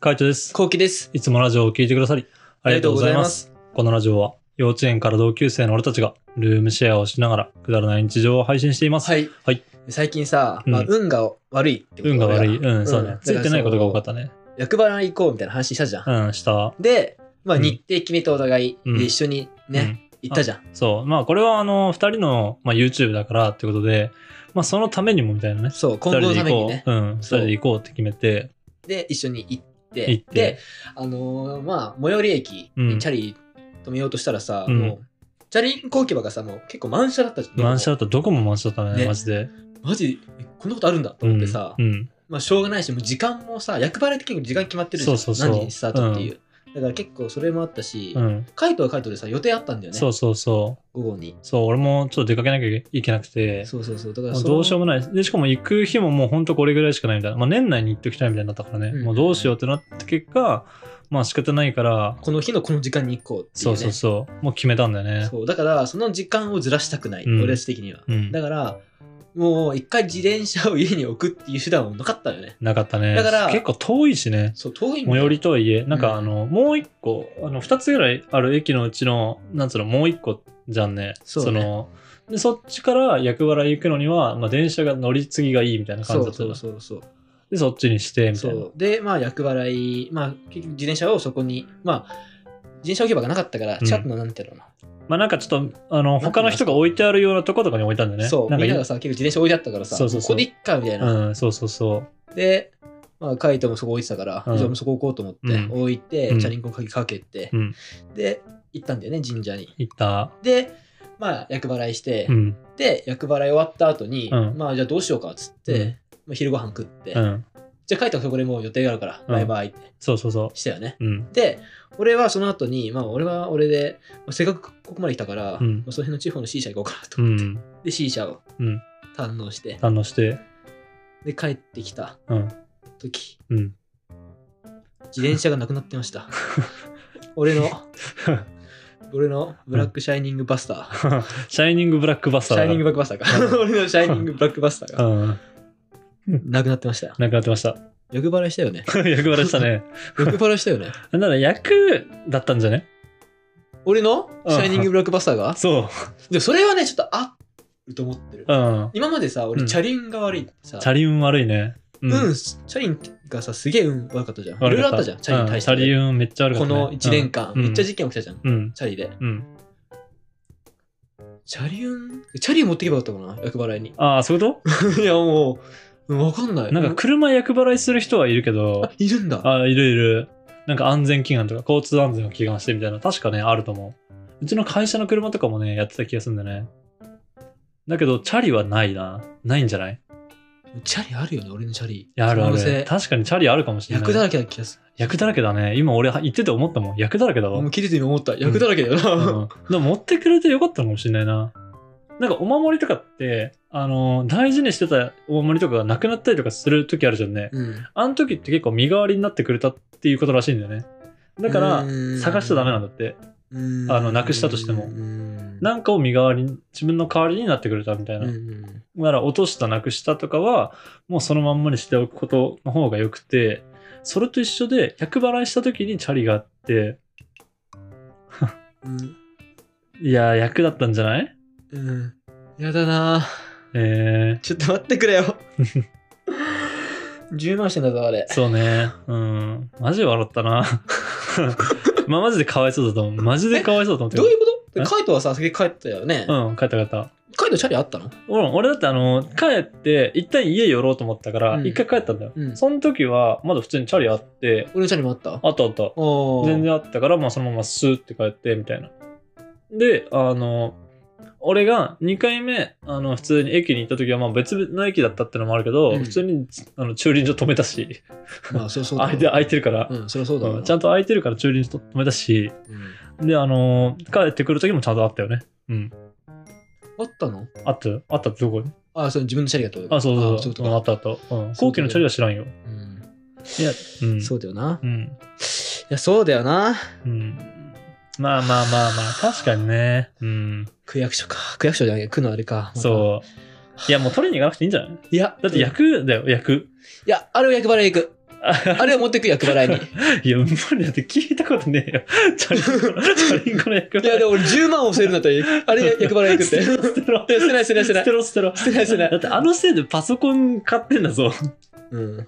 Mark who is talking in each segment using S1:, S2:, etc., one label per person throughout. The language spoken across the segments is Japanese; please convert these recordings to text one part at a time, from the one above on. S1: カイトです。
S2: こうきです。
S1: いつもラジオを聞いてくださり、ありがとうございます。このラジオは、幼稚園から同級生の俺たちが、ルームシェアをしながら、くだらない日常を配信しています。
S2: はい。
S1: はい
S2: 最近さ、まあ
S1: うん
S2: 運が悪いってこと
S1: 運が悪い。
S2: 俺
S1: うん、そうね
S2: うん。
S1: ついてないことが多かったね。
S2: 役場に行こうみたいな話したじゃん。
S1: うん、した。
S2: で、まあ、
S1: うん
S2: 日程決めてお互い、
S1: うん
S2: で一緒にね、行ったじゃん
S1: う。ん。そう。まあ、これは、あの、二人の、まあ、YouTube だからってことで、まあ、そのためにもみたいなね。
S2: そう、
S1: 二
S2: 今後
S1: 人で
S2: のた
S1: 行
S2: めに
S1: こ
S2: ね。
S1: う。うん、二
S2: そう
S1: 人で行こうって決めて、
S2: で、一緒に行って、
S1: 行って
S2: で、あのーまあ、最寄り駅
S1: うん
S2: にチャリ止めようとしたらさ、
S1: うん
S2: もう、チャリ行き場がさ、もう結構満車だったじゃん。
S1: 満車だった。どこも満車だったね、
S2: ね
S1: マジで。
S2: マジ、えこんなことあるんだと思ってさ、
S1: うんうん。
S2: まあ、しょうがないし、もう時間もさ、役払いって結構時間決まってるじゃん。
S1: そうそうそう
S2: 何時にスタートっていう。だから結構それもあったし、
S1: うん。
S2: カイトはカイトでさ、予定あったんだよね。
S1: そうそうそう。
S2: 午後に。
S1: そう、俺もちょっと出かけなきゃいけなくて、
S2: そうそうそう。だから
S1: もう
S2: その
S1: どうしようもない。で、しかも行く日ももうほんとこれぐらいしかないみたいな。まあ年内に行っておきたいみたいになったからね。
S2: うん
S1: もうどうしようってなった結果、まあ仕方ないから、
S2: この日のこの時間に行こうっていう、ね。
S1: そうそうそう、もう決めたんだよね。
S2: そうだから、その時間をずらしたくない。
S1: うん
S2: 俺たち的には。
S1: うん。
S2: だから、もう一回自転車を家に置くっていう手段もなかったよね。
S1: なかったね。
S2: だから
S1: 結構遠いしね。
S2: そう、遠いんだ
S1: 最
S2: よ
S1: 寄りとはいえ、なん
S2: う
S1: か
S2: ん
S1: あの、もう一個、あの、二つぐらいある駅のうちの、なんつうの、もう一個じゃんね。
S2: そうね
S1: の、で、そっちから役払い行くのには、まあ電車が乗り継ぎがいいみたいな感
S2: そ
S1: じだ
S2: う
S1: ったじ
S2: そ
S1: ゃん
S2: うそうそう。
S1: で、そっちにして、みた
S2: そ
S1: いな。
S2: うで、まあ、役払い、まあ、結局自転車をそこに、まあ、自転車置き場がなかったから、
S1: うん
S2: チャットのなんていうのか
S1: まあなんかちょっと、あの、
S2: なんていうの
S1: 他の人が置いてあるようなとことかに置いたんだよ
S2: な、
S1: ね。
S2: そう、
S1: なんか
S2: みんながさ、結構自転車置いてあったからさ、
S1: そうそうそう
S2: ここでいっか、みたいな。
S1: うん、そうそうそ
S2: で、まあ、カイトもそこ置いてたから、
S1: うん
S2: じゃあもうそこ置こうと思って、
S1: うん
S2: 置いて、
S1: うん
S2: チャリンコ鍵かけて、
S1: う。うん。
S2: で、行ったんだよね、神社に。
S1: 行った。
S2: で、まあ、厄払いして、
S1: うん。
S2: で、厄払い終わった後に、
S1: うん
S2: まあ、じゃあどうしようかっつって、
S1: うん
S2: まあ、昼ご飯食って、
S1: うん。
S2: じゃあ、カイトはそこでもう予定があるから、
S1: うん
S2: バイバイって
S1: そうそうそ
S2: したよね。
S1: う。うん。
S2: で、俺はその後に、まあ、俺は俺で、まあ、せっかくここまで来たから、
S1: うん
S2: まあ、その辺の地方の C 社行こうかなと
S1: う
S2: 思って、
S1: ん。
S2: で、C 社を
S1: うん
S2: 堪能して、
S1: 堪能して。
S2: で、帰ってきた
S1: うん。
S2: 時、
S1: うん。
S2: 自転車がなくなってました。俺の、俺のブラックシャイニングバスター。
S1: シャイニングブラックバス
S2: シ
S1: ター
S2: ャ
S1: だ
S2: イニングブラックバスターか。俺のシャイニングブラックバスターが。
S1: うん。
S2: なくなってましたよ。
S1: なくなってました。
S2: 欲払いしたよね。
S1: 役割した ね。
S2: 欲払いしたよね。
S1: なんだら役だったんじゃね
S2: 俺の
S1: うん
S2: シャイニングブラックバスターが
S1: そ
S2: でもそれはね、ちょっと合ると思ってる
S1: う。。うん。
S2: 今までさ、
S1: う
S2: 俺、
S1: ん
S2: チャリンが悪いってさ、
S1: チャリ運悪いね。う
S2: うん、チャリンがさ、すげえ運悪かったじゃん。いろ
S1: 悪
S2: いろ
S1: か
S2: あったじゃん、チャリンに対
S1: うん
S2: し
S1: チャリ
S2: て。
S1: 運めっちゃ悪か
S2: こ
S1: ったね。
S2: の1年間、
S1: うん
S2: めっちゃ事件起きたじゃん、
S1: うん。
S2: チャリで。
S1: うん。。
S2: チャリ運チャリ持ってけばよかったかな、役払いに
S1: ああ、そういうこ
S2: いや、もう、わかんない。
S1: となんか車役払いする人はいるけど
S2: あ、いるんだ。
S1: あ、いるいる。なんか安全祈願とか交通安全を祈願してみたいな、確かね、あると思う。うちの会社の車とかもね、やってた気がするんだよね。だけど、チャリはないな。ないんじゃないい
S2: チャリあるよね、俺のチャリ。い
S1: や、あるあ
S2: 可能
S1: る。
S2: 性
S1: 確かにチャリあるかもしれない。
S2: 役だらけな気がす
S1: 役だらけだね。今俺言ってて思ったもん。役だらけだ
S2: る。
S1: わ。
S2: も
S1: う、
S2: うん切れて今思った。役だらけだよな。
S1: でも持ってくれてよかったのかもしれないな。なんかお守りとかって、あの、大事にしてたお守りとかがなくなったりとかする時あるじゃんね。
S2: うん。
S1: あの時って結構身代わりになってくれたっていうことらしいんだよね。だから、探しちゃダメなん
S2: だ。
S1: だって。
S2: うん
S1: あのなくしたとしても
S2: うん
S1: なんかを身代わりに、自分の代わりになってくれたみたいな。
S2: うん
S1: なら、落とした、なくしたとかは、もうそのまんまにしておくことの方が良くて、それと一緒で、100払いした時にチャリがあって、
S2: うん。
S1: いやー、役だったんじゃない
S2: うん。やだなぁ
S1: え
S2: ちょっと待ってくれ よ。10万してんだぞ、あれ
S1: ー、。そうね。うん。マジで笑ったな。 まあ、マジでかわいそうだと思う。マジでかわいそうだと思って
S2: どういうこと
S1: え
S2: でカイトはさ、先帰ったよね。
S1: うん、帰った帰った。
S2: カイトチャリあったの
S1: 俺俺だってあの帰って一旦家寄ろうと思ったから
S2: うん
S1: 一回帰ったんだよ、
S2: うん
S1: その時はまだ普通にチャリあって
S2: 俺のチャリもあった
S1: あったあった
S2: おー
S1: 全然あったからまあそのままスーって帰ってみたいなであの俺が2回目あの普通に駅に行った時はまあ別の駅だったってのもあるけど、
S2: うん
S1: 普通にあの駐輪場止めたし
S2: まあ、そりゃそうだ
S1: 空いて
S2: わ。
S1: 空いてるから、
S2: うん、そりゃそうだ
S1: う
S2: わ。
S1: んちゃんと空いてるから駐輪場止めたし
S2: うん
S1: であの帰ってくる時もちゃんとあったよねうん
S2: あったの
S1: あったよあったってどこに
S2: あ、そう、自分のチャリがってこと
S1: あそうそう
S2: あ
S1: そ
S2: そうういうこと
S1: んあ
S2: か
S1: ったあったうん
S2: そういうこと
S1: 後期のチャリは知らんよ
S2: うん
S1: いや、うん。
S2: そうだよな。
S1: うん。
S2: いや、そうだよな。
S1: うん。まあまあまあまあ、確かにね。うん。
S2: 区役所か。区役所じゃない区のあれか。。
S1: そう。いや、もう取りに行かなくていいんじゃないう
S2: いや、
S1: だって
S2: うんい
S1: 役だよ、役。
S2: や、あれは役払い行く。あれを持ってく役払い に。
S1: いや、無理だって聞いたことねえよ。チャリンコ、 チャリンコの役
S2: いや、でも俺10万をせるんだったら、あれ役払い行くって。
S1: 捨
S2: い
S1: てろ、捨てろ。
S2: や捨てない捨てない捨て
S1: 捨
S2: ない
S1: て。ろ、捨てろ。
S2: 捨てない捨てな
S1: だっ
S2: い。
S1: てあのせいでパソコン買ってんだぞ。
S2: うん。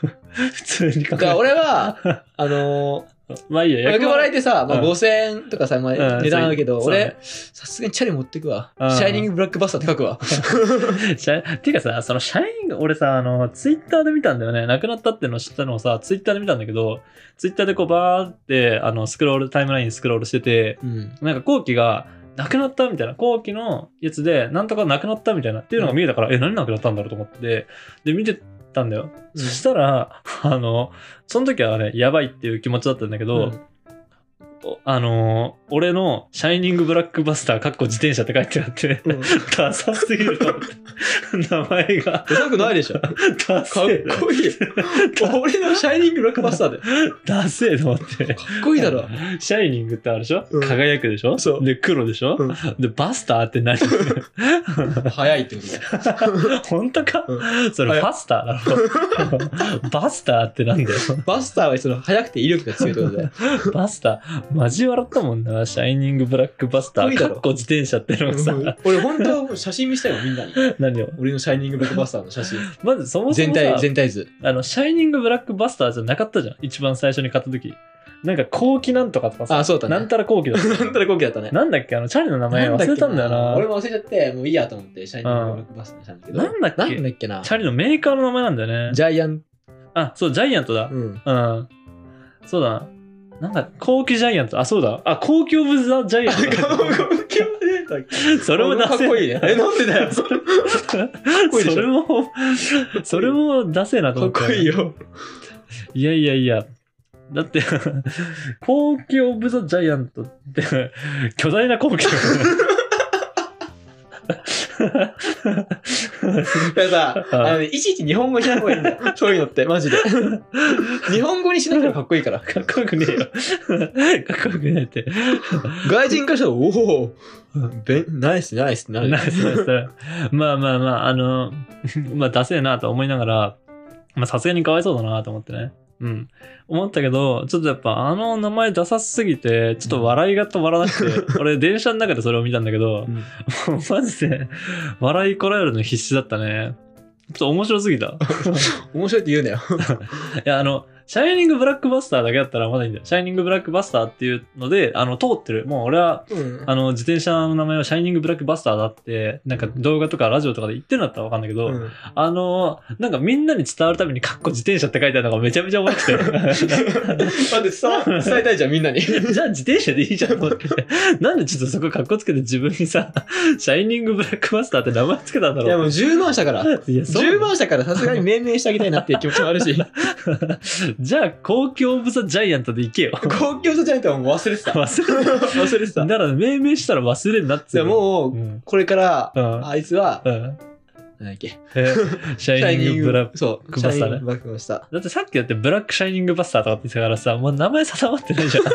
S1: 普通に考
S2: だ
S1: え
S2: か
S1: た
S2: ら俺は、あの
S1: まあいい
S2: ー、
S1: や、
S2: 役払いってさ、ま
S1: う
S2: あ、
S1: ん
S2: 5000円とかさ、まあ、
S1: うん
S2: 値段あるけど、
S1: そう
S2: 俺、さすがにチャリ持ってくわ。シ
S1: うん
S2: ャイニングブラックバスターって書くわ。
S1: シャていうかさ、その社員が、俺さ、あの、ツイッターで見たんだよね。亡くなったっていうのを知ったのをさ、ツイッターで見たんだけど、ツイッターでこうバーって、あの、スクロール、タイムラインスクロールしてて、
S2: うん。
S1: なんか後期が、亡くなったみたいな、後期のやつで、なんとか亡くなったみたいなっていうのが見えたから、え、何亡くなったんだろうと思って、で、見てたんだよ。
S2: うん
S1: そしたら、あの、その時はね、やばいっていう気持ちだったんだけど、おあのー俺の「シャイニングブラックバスター」かっこ自転車って書いてあって、
S2: うん。
S1: ダサすぎると思って名前が
S2: ダサくないでしょ。か
S1: ダ
S2: っ
S1: セえな
S2: こいい。俺のシャイニングブラックバス ターで。か
S1: ダセえと思って
S2: っこいいだろ。
S1: シャイニングってあるでしょ、
S2: うん
S1: 輝くでしょ
S2: そう
S1: で黒でしょ、
S2: うん
S1: でバスターって何
S2: 早いってことだ。
S1: 本当か、そ
S2: は
S1: れ
S2: い
S1: バスタ ーだろバスターってなんだよ
S2: バスターはその速くて威力が強いってことだよ。
S1: バスターマジ笑ったもんなシャイニングブラックバスタ
S2: かっこ
S1: ー
S2: いいだ
S1: か
S2: ろ
S1: っこ自転車ってのがさ
S2: うん俺本当は写真見せたいもんみんなに。
S1: 何を
S2: 俺のシャイニングブラックバスターの写真。
S1: まずそもそもさ
S2: 全体、全体図。
S1: あの、シャイニングブラックバスターじゃなかったじゃん。一番最初に買った時。なんか、後期なんとかとかさ、
S2: あ、そうだね。
S1: なんたら後期だっ
S2: なんたら後期だったね
S1: た。。なんだっけあの、チャリの名前忘れたんだよな。
S2: 俺も忘れちゃって、もういいやと思って、シャイニングブラックバスターにしたんだけど。
S1: なんだっけ
S2: なんだっけな。
S1: チャリのメーカーの名前なんだよね。
S2: ジャイアン
S1: あ、そう、ジャイアントだ。
S2: うん。
S1: うん。そうだな。なんだ、後期ジャイアント。あ、そうだ。あ、後期オブザ・ジャイアント。そ
S2: そ
S1: れも出
S2: かっ
S1: せ
S2: こいいね。え、なんでだよ。かっこいいでしょ
S1: それも、それも出せなと思った。
S2: こいいよ。
S1: いやいやいや。だって、後期オブザジャイアントって、巨大な 後期だからね
S2: だからさ、あのねいちいち日本語にしない方がいいんだよ。そういうのって、マジで。日本語にしなくてもかっこいいから。
S1: かっこよくねえよ。かっこよくねえって。
S2: 外人からしたら、おお、べんナイスナイスってなる。
S1: ナイスナイスまあまあまあ、あの、 まあ、ダセえなと思いながら、まあ、さすがにかわいそうだなと思ってね。うん。思ったけど、ちょっとやっぱ、あの名前ダサすぎて、ちょっと笑いが止まらなく て、俺、電車の中でそれを見たんだけど
S2: う、ん
S1: もう マジで笑いこらえるの必死だったねちょっと面白すぎた
S2: 面白いって言うなよ。
S1: いやあのシャイニングブラックバスターだけだったらまだいいんだよシャイニングブラックバスターっていうのであの通ってるもう俺は
S2: うん
S1: あの自転車の名前はシャイニングブラックバスターだってなんか動画とかラジオとかで言ってるんだったらわかんないけど、
S2: うん
S1: あのなんかみんなに伝わるために「かっこ自転車」って書いてあるのがめちゃめちゃ面白くて
S2: 待って伝わ伝えたいじゃんみん なに
S1: じゃあ自転車でいいじゃんと思ってなんでちょっとそこかっこつけて自分にさ「シャイニングブラックバスター」って名前つけたんだ
S2: いや
S1: ろう
S2: もう10万したから
S1: いやそう
S2: 10万したからさすがに命名してあげたいなっていう気持ちもあ るし
S1: じゃあ、公共ブザジャイアントで行けよ。
S2: 公共とじゃないともう忘れてた
S1: 忘れ
S2: 忘れて
S1: た。
S2: た
S1: だから、命名したら忘れんなっつ
S2: で
S1: うの。
S2: も
S1: う、
S2: うんこれから
S1: うん。
S2: あいつは
S1: うん。
S2: なんだっけ
S1: え シャイニングブラック。
S2: そう
S1: バス
S2: シ
S1: ターね
S2: ャイニングブラックバスタ
S1: だってさっきだってブラックシャイニングバスターとかって言ってたからさ、もう名前定まってないじゃん。だ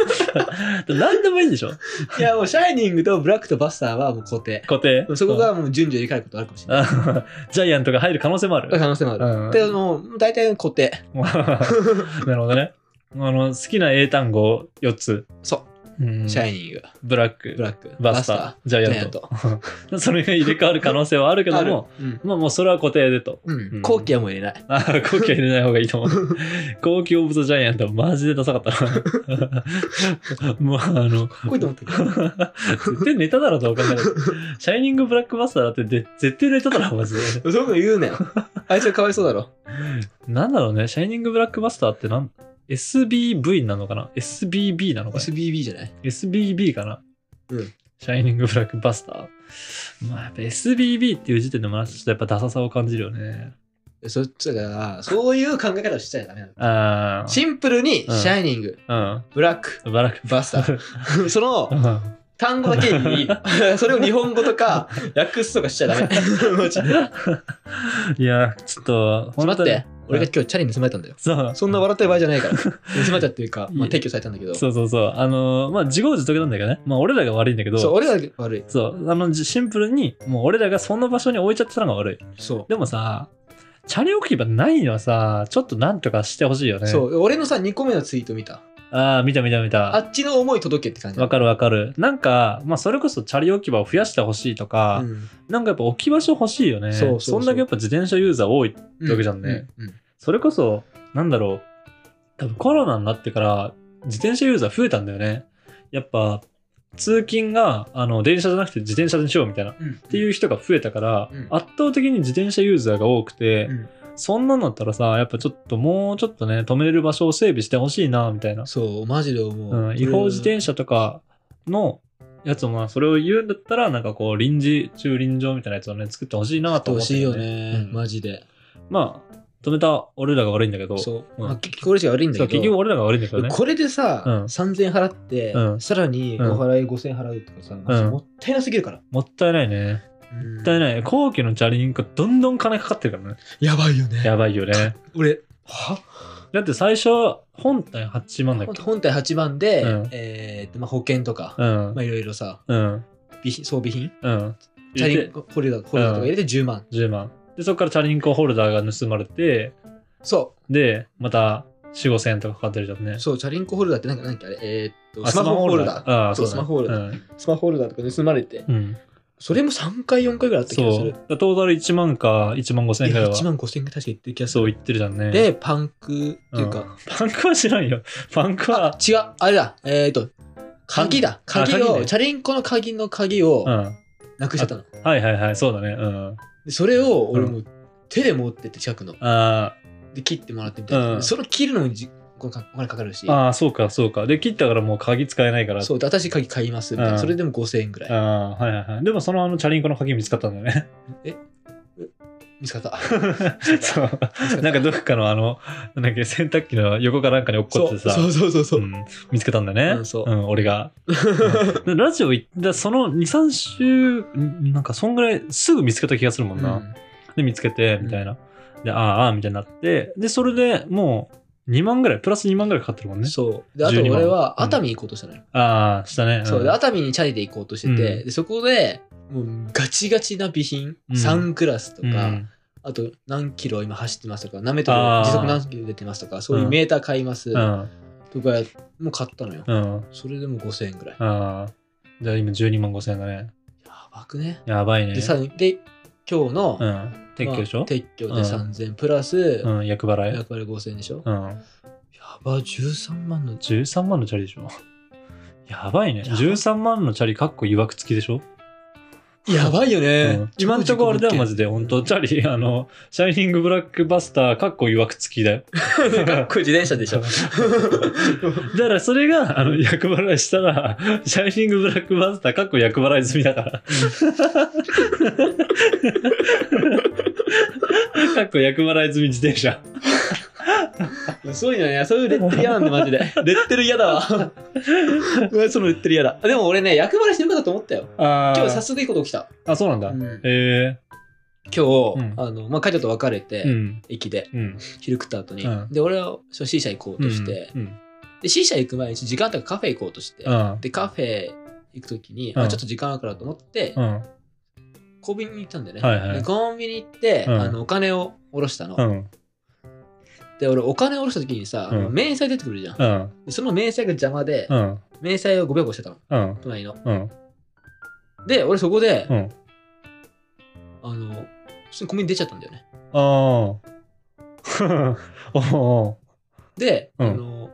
S1: って何でもいいんでし ょ
S2: ーいやもうシャイニングとブラックとバスターはもう固定
S1: 固定。
S2: そこがもう順序入れ替えることあるかもしれ
S1: うん。
S2: ない
S1: あジャイアントが入る可能性もあ
S2: 可
S1: る。
S2: 能性もある、
S1: うん
S2: でもう大体固定
S1: なるほどね。あの、好きな英単語4つ。
S2: そ
S1: うん
S2: うシャイニング
S1: ブラック
S2: ブ、ラック
S1: バスター、ジャ
S2: ジャ
S1: イ
S2: イ
S1: ア
S2: ア
S1: ン
S2: ン
S1: ト。
S2: ト
S1: それが入れ替わる可能性はあるけども、
S2: ある
S1: まあもうそれは固定でと。
S2: うん、
S1: う
S2: うんん、後期はもう入れない
S1: ああ、後期は入れない方がいいと思 う。後期オブザジャイアントはマジでダサかったな。 もうあ の、
S2: こういうと思ったけど
S1: 絶対ネタだろどう考えて も。シャイニングブラックバスターだってで絶対ネタだろ、マジで。
S2: そういうの言うなよ。 あいつはかわいそうだろ。
S1: なんだろうね、シャイニングブラックバスターってなん SBV なのかな ?SBB なのかな
S2: SBB じゃない、
S1: ?SBB かな
S2: うん。
S1: シャイニングブラックバスター。まあやっぱ SBB っていう時点でもなちょっとやっぱダサさを感じるよね。
S2: そだから、そういう考え方をしちゃダメなの。
S1: あ
S2: シンプルに、シ
S1: うん
S2: ャイニング、
S1: あ。
S2: ブラック、
S1: うん。バラック
S2: バスター。 その
S1: うん
S2: 単語だけに、 それを日本語とか、訳すとかしちゃ ダメ。マジで
S1: いや、ちょっと、本
S2: 待
S1: 当
S2: っ
S1: に
S2: て、俺が今日チャリ盗まれたんだよ。
S1: そう。
S2: そんな笑ってる場合じゃ ないから。盗まれたっていうか、まあ、撤去されたんだけど。そ
S1: そうそうそう。あのーまあ、自業自得なんだけどね。まあ、俺らが悪いんだけど。
S2: う、俺らが悪い。
S1: そう。あの、じシンプルに、もう俺らがそんな場所に置いちゃってたのが悪い。
S2: そ
S1: でもさ、チャリ置き場ないのはさ、ちょっとなんとかしてほしいよね。
S2: そう、俺のさ、2個目のツイート見た。
S1: ああ、見た見た見
S2: あ
S1: た。
S2: っちの思い届けって感じ。
S1: わかるわかる。なんか、まあ、それこそチャリ置き場を増やしてほしいとか、
S2: うん
S1: なんかやっぱ置き場所欲しいよね。
S2: そうそうそうん
S1: だけやっぱ自転車ユーザー多い。ってわけじゃんね。
S2: ううん
S1: それこそ、なんだろう。多分コロナになってから、自転車ユーザー増えたんだよね。やっぱ、通勤が、あの、電車じゃなくて自転車にしようみたいな。っ
S2: うん。って
S1: いう人が増えたから、
S2: うん
S1: 圧倒的に自転車ユーザーが多くて、
S2: うん
S1: そんなんだったらさ、やっぱちょっともうちょっとね、止めれる場所を整備してほしいな、みたいな。
S2: そう、マジで思う。
S1: うん、違法自転車とかのやつもまあそれを言うんだったらなんかこう臨時駐輪場みたいなやつをね作ってほしいなと
S2: と
S1: 思
S2: ほ
S1: って、
S2: しいよね、
S1: うん
S2: マジで。
S1: まあ止めた俺らが悪いんだけどそう
S2: そう。
S1: うん
S2: まあ、結局俺しか悪いんだけ
S1: 結
S2: ど。
S1: 局俺らが悪いんだけどね
S2: これでさ、
S1: うん
S2: 3000払って、
S1: うん
S2: さらにお払い5000払うとかさ、
S1: ん
S2: もったいなすぎるから。
S1: もったいないね
S2: も
S1: もったい
S2: い。
S1: ない後期のチャリンコどんどん金かかってるからね
S2: やばいよね。
S1: やばいよね
S2: 俺、は
S1: だって最初本体8万だっけ
S2: 本体8番で、
S1: うん
S2: えーっと、まあ、保険とか、
S1: うん
S2: まあ、いろいろさ、
S1: うん
S2: 備品装備品、
S1: うん
S2: チャ
S1: 入れ
S2: リン
S1: て
S2: コホルダーホルダーとか入れて10万。
S1: 10万でそこからチャリンコホルダーが盗まれて
S2: そ
S1: でまた4 5千円とかかかってるじゃんね
S2: う、そう、チャリンコホルダーってなんか、なんかあれ、えーっと、
S1: あ
S2: スマホホルダー。
S1: ああ
S2: そう
S1: だ
S2: スマホホルダースマホホルダーとか盗まれて、
S1: うんうん
S2: それも3回、4回ぐらいあった気がす
S1: そう。
S2: る
S1: だ。からトータル1万か1万5千円ぐらいは。
S2: 1万5000円ぐらい確か言ってる気がす
S1: そう
S2: る。
S1: 言ってるじゃんね。
S2: で、パンクっていうか、
S1: んパンクは知らんよ。パンク
S2: あ
S1: は、、
S2: 違う、あれだ、えっ、と、鍵だ、
S1: 鍵
S2: 鍵を、
S1: ね
S2: チャリンコの鍵の鍵を
S1: うん。
S2: なくしてたの。
S1: はいはいはい、そうだね。うん。
S2: でそれを俺
S1: うん
S2: もう手で持ってって近くの。
S1: あ
S2: で、切ってもらってみたいな。
S1: うん
S2: その切るのにじお金お金かかるし
S1: ー、あー、そうかそうか。で、切ったからもう鍵使えないから。
S2: そうで、私鍵買いますみたいな。
S1: うん
S2: それでも5000円ぐらい。
S1: ああ、はいはいはい。でもそのあのチャリンコの鍵見つかったんだよね。
S2: 見つ かった。
S1: そう。
S2: 見つった
S1: なんかどっかのあの、なんだっけ、洗濯機の横かなんかに落っこっ
S2: そ
S1: て
S2: う
S1: さ。
S2: そうそうそうそ
S1: う。
S2: う
S1: ん、見つけたんだね、、
S2: うんそうん
S1: 俺がでラジオ行ったその23週んなんかそんぐらいすぐ見つけた気がするもんな、
S2: うん
S1: で、見つけて、みたいな。で、ああ、ああ、みたいになって、で、それでもう2万ぐらい、プラス2万ぐらいかかってるもんね。
S2: そうであと
S1: 12万
S2: 俺は
S1: うん
S2: 熱海行こうとしたのよ、
S1: ああ、したね。ん
S2: そうで熱海にチャリで行こうとしてて、
S1: うん
S2: でそこでもうガチガチな備品、
S1: うん
S2: サングラスとか、
S1: うん
S2: あと何キロ今走ってますとか、何メートル
S1: あー
S2: 時速何キロ出てますとか、そういうメーター買います
S1: うん。
S2: とかもう買ったのよ。
S1: うん。あ
S2: それでも5000円ぐらい。や
S1: あ。じゃあ今12万5千円だね。
S2: ばくね。
S1: やばいね。
S2: で、さで今日の、
S1: う
S2: まあ
S1: ん。撤去でしょ、
S2: 撤去で
S1: うん
S2: 3000、プラス、
S1: うん、役払い。
S2: 役割5000でしょ、
S1: うん。
S2: やば、13万の。
S1: 13万のチャリでしょ。やばいね。
S2: やば
S1: 13万のチャリ、かっこいわくつきでしょ、
S2: やばいよね。
S1: うん今んとこあれだよ、マジで。本当チャリ、あの、シャイニングブラックバスター、かっこいわくつき だよ。
S2: で。かっ こいい自転車 でし
S1: だ
S2: ょ。
S1: からそれが、あの、役払いしたら、シャイニングブラックバスター、かっこ役払い済みだから。 かっこ役払い済み自転車。
S2: そういうのね、そういうレッテル嫌なんで、マジで。レッテル嫌 だわ。うわそのレッテル嫌だ。でも俺ね、役払いしてよかったと思ったよ。
S1: あ
S2: 今日早速いいこと起きた。
S1: あ、そうなんだ。
S2: うん
S1: え
S2: 今日、
S1: うん
S2: あのまあ、カイトと別れて、
S1: えうん。
S2: 駅で
S1: うん。
S2: 昼食った後に、
S1: うん
S2: で俺はそう C 社行こうとして、
S1: うん。
S2: で C 社行く前に時間あったからカフェ行こうとして、
S1: うん。
S2: でカフェ行く時に、
S1: うん
S2: あちょっと時間あるからと思って、
S1: うん。
S2: コンビニに行ったんだよね、
S1: はいはい
S2: でコンビニ行って、
S1: うん
S2: あのお金を下ろしたの、
S1: うん。
S2: で俺お金を下ろした時にさ、
S1: うん
S2: 明細出てくるじゃん、
S1: うん。
S2: でその明細が邪魔で、
S1: うん。
S2: 明細を5秒越してたの
S1: うん。
S2: 隣の
S1: うん。
S2: で俺そこで、
S1: うん。
S2: あの普通にコンビニ出ちゃったんだよね
S1: ああ。お
S2: で、
S1: うん
S2: あの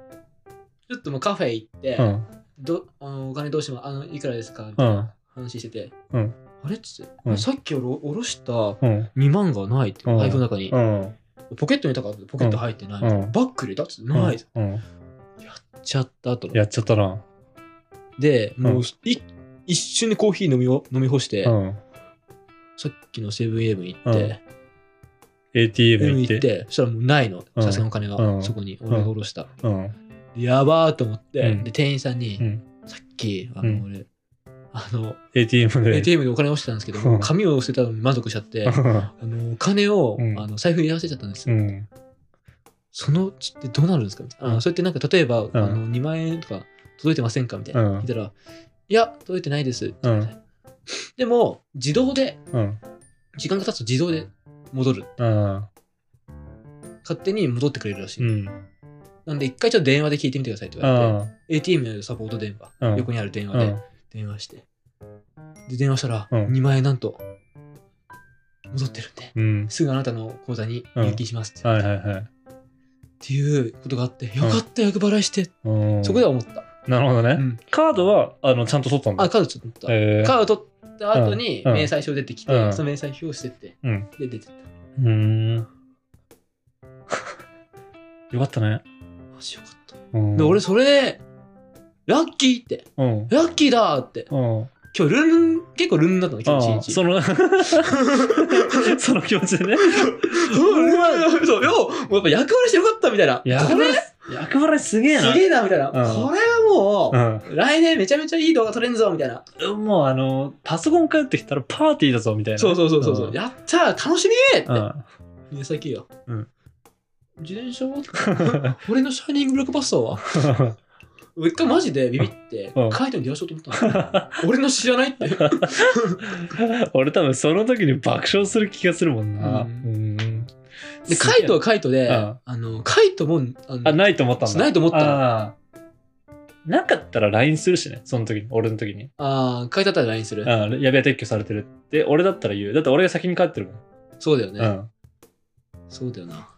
S2: ちょっともうカフェ行って、
S1: うん。
S2: どあのお金どうしますあのいくらですかみたいな
S1: うん。
S2: 話してて、
S1: うん
S2: あれっつって、
S1: うん
S2: さっき俺おろした
S1: うん。
S2: 2万がないって、
S1: うん
S2: 財布の中に、
S1: うん。
S2: ポケットに入れたからポケット入ってない、
S1: うん
S2: バッグ入れたっつってない、
S1: うん。
S2: ちゃったと思って
S1: やっちゃったな。
S2: でも
S1: う
S2: うんい一瞬でコーヒー飲みを飲み干して、
S1: うん。
S2: さっきのセブンイレブン行って、
S1: ATM 行っ。
S2: 行っててそしたらもうないの
S1: うん
S2: さすがのお金が、
S1: うん
S2: そこに俺がおろした、
S1: うん。
S2: でやばーと思って、
S1: うん
S2: で店員さんに、
S1: うん
S2: さっきあの、
S1: うん
S2: 俺あの
S1: ATM で。
S2: ATM でお金落ちてたんですけど、
S1: うん
S2: 紙を捨てたのに満足しちゃって、あのお金を、
S1: うん
S2: あの財布に入れ忘れちゃったんです、
S1: うん。
S2: そのうちってどうなるんですかみたいな、
S1: うん
S2: あそれってなんか例えば、あの2万円とか届いてませんかみたいな、
S1: うん
S2: 聞いたらいや届いてないです、
S1: うん
S2: でも自動で
S1: うん。
S2: 時間が経つと自動で戻る
S1: うん。
S2: 勝手に戻ってくれるらしい。
S1: うん。
S2: なんで、一回ちょっと電話で聞いてみてくださいって言われて、
S1: あ
S2: ATM のサポート電話、
S1: うん
S2: 横にある電
S1: あ。
S2: 話
S1: う
S2: で、
S1: ん。
S2: 電話して。で、電話したら、
S1: うん
S2: 2万円なんと、戻ってるんで、
S1: うん。
S2: すぐあなたの口座に入金しますって言
S1: は
S2: われ
S1: い
S2: て、
S1: はいはい。
S2: っていうことがあって、よかった、役払いして、
S1: うん
S2: そこでは思った。
S1: なるほどね。
S2: うん
S1: カードはあのちゃんと取ったんだ。
S2: あ、カードちょっと取った。
S1: えー
S2: カード取った後に、
S1: うんうん
S2: 明細書出てきて、
S1: うん
S2: その明細表をしてって、
S1: うん
S2: で、出てった。
S1: うーん。よかったね。
S2: マジよかった。
S1: うん
S2: で、俺、それで、ラッキーって、
S1: うん。
S2: ラッキーだーって、
S1: うん。
S2: 今日ルンルン、結構ルンルンだったの、今日
S1: ああ
S2: 一日。
S1: そ の その気持ちでね。
S2: うんうわそう、よう、もうやっぱ役割してよかったみたいな。
S1: 役
S2: これ
S1: 払い役払いすげえな。
S2: すげえな、みたいな。これは
S1: う
S2: も
S1: ん
S2: う、来年めちゃめちゃいい動画撮れんぞ、みたいな。
S1: もうあの、パソコン帰ってきたらパーティーだぞみたいな。
S2: そうそうそうそう。
S1: う
S2: うんやったー楽しみーって。
S1: うん。
S2: 目先よ。
S1: うん
S2: 自転車は 俺のシャイニングブラックパスターは一回マジでビビって、
S1: うん
S2: カイトに電話しようと思ったの。俺の知らない って。
S1: 俺多分その時に爆笑する気がするもんな。
S2: う
S1: うんん。
S2: で、カイトはカイトで、
S1: うん
S2: あの、カイトも、あの
S1: あ、ないと思ったんだ。
S2: ないと思ったの
S1: あーなかったら LINE するしね、その時に、俺の時に。
S2: あーカイトだったら LINE する。
S1: あーやべえ、撤去されてるって、俺だったら言う。だって俺が先に帰ってるもん。
S2: そうだよ
S1: う
S2: ね。
S1: ん。
S2: そうだよな。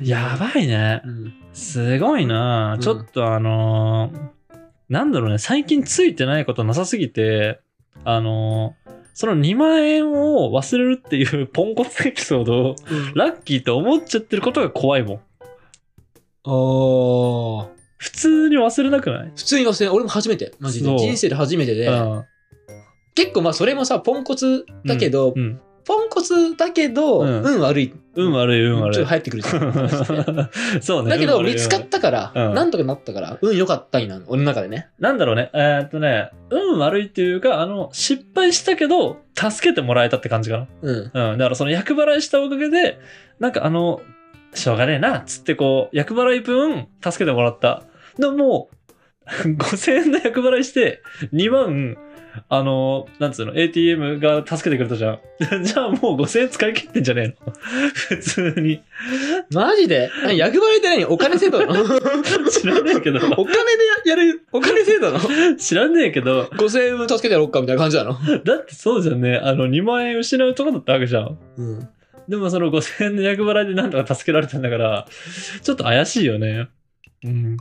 S1: やばいね
S2: う。ん。
S1: すごいな、
S2: うん
S1: ちょっとあのーなんだろうね、最近ついてないことなさすぎて、あのーその2万円を忘れるっていうポンコツエピソードをラッキーって思っちゃってることが怖いもん。
S2: あー
S1: 普通に忘れなくない
S2: 普通に忘れ俺も初めてマジで
S1: そう
S2: 人生で初めてで、
S1: うん
S2: 結構まあそれもさポンコツだけど、
S1: うん。
S2: ポンコツだけど、
S1: うん
S2: 運悪い
S1: 運悪い、運悪
S2: ち
S1: い。
S2: ょっと入ってくるじゃん話し て
S1: そうね。
S2: だけど
S1: 運悪い
S2: 見つかったから、
S1: うん
S2: なんとかなったから運良かったになる俺の中でね
S1: なんだろうね。えーっとね、運悪いっていうか、あの、失敗したけど、助けてもらえたって感じかな。
S2: うん
S1: うん、だからその厄払いしたおかげで、なんかあの、しょうがねえな、つってこう、厄払い分、助けてもらった。でもう、5000円 の厄払いして、2万、あの、なんつうの、ATM が助けてくれたじゃん。 じゃあもう5000円使い切ってんじゃねえの 普通に。
S2: マジで何役割って何お金制度 なの
S1: 知らねえけど、
S2: お金でやるお金制度なの
S1: 知らねえけど、
S2: 5000円分助けてやろうかみたいな感じなの、
S1: だってそうじゃんね、あの、2万円失うとこだったわけじゃん。
S2: うん、
S1: でもその5000円の厄払いでなんとか助けられたんだから、ちょっと怪しいよね。うん。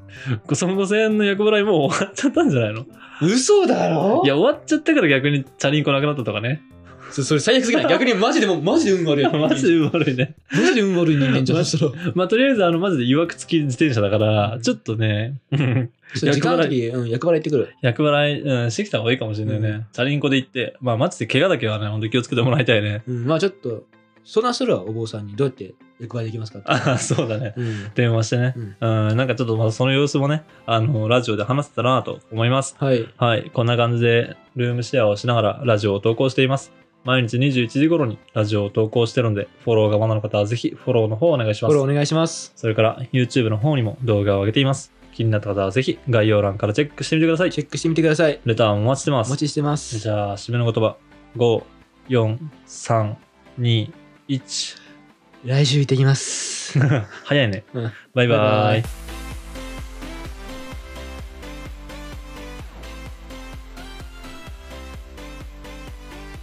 S1: その5000円の厄払いもう終わっちゃったんじゃないの
S2: 嘘だろ
S1: いや、終わっちゃったから逆にチャリンコなくなったとか ね。
S2: そそれ最悪すぎ ない逆にマジでもう マジで運悪い
S1: マジで悪いね。
S2: マジで運悪い人間じゃんそしたら
S1: まあ、とりあえずあの、マジで曰く付き自転車だから
S2: う、ん
S1: ちょっとね、 うん
S2: そう時間の時、うん、役払い行ってくる。
S1: 厄払い、うん、してきた方がいいかもしれないね。
S2: うん
S1: チャリンコで行って、まあ、マジで怪我だけはね、ほんと気をつけてもらいたいね。
S2: うん、まあちょっと、そんなするわ、お坊さんに。どうやって役割できますかって。
S1: ああ、そうだね。
S2: うん。
S1: 電話してね。
S2: うん
S1: うん、なんかちょっとまあその様子もね、あの、ラジオで話せたらなと思います。
S2: はい。
S1: はい、こんな感じでルームシェアをしながらラジオを投稿しています。毎日21時頃にラジオを投稿してるので、フォローがまだの方はぜひフォローの方をお願いし
S2: フ
S1: ま
S2: ォロー
S1: す。
S2: お願いします。
S1: それから YouTube の方にも動画を上げています。気になった方はぜひ概要欄からチェックしてみてください。
S2: チェックしてみてください。
S1: レターもお待ちしてま
S2: お
S1: す。
S2: 待ちしてます。
S1: じゃあ、締めの言葉。5、4、3、2、1。
S2: 来週行ってきます。
S1: 早いね。
S2: うん
S1: バイバ
S2: バイバ
S1: イ
S2: イ。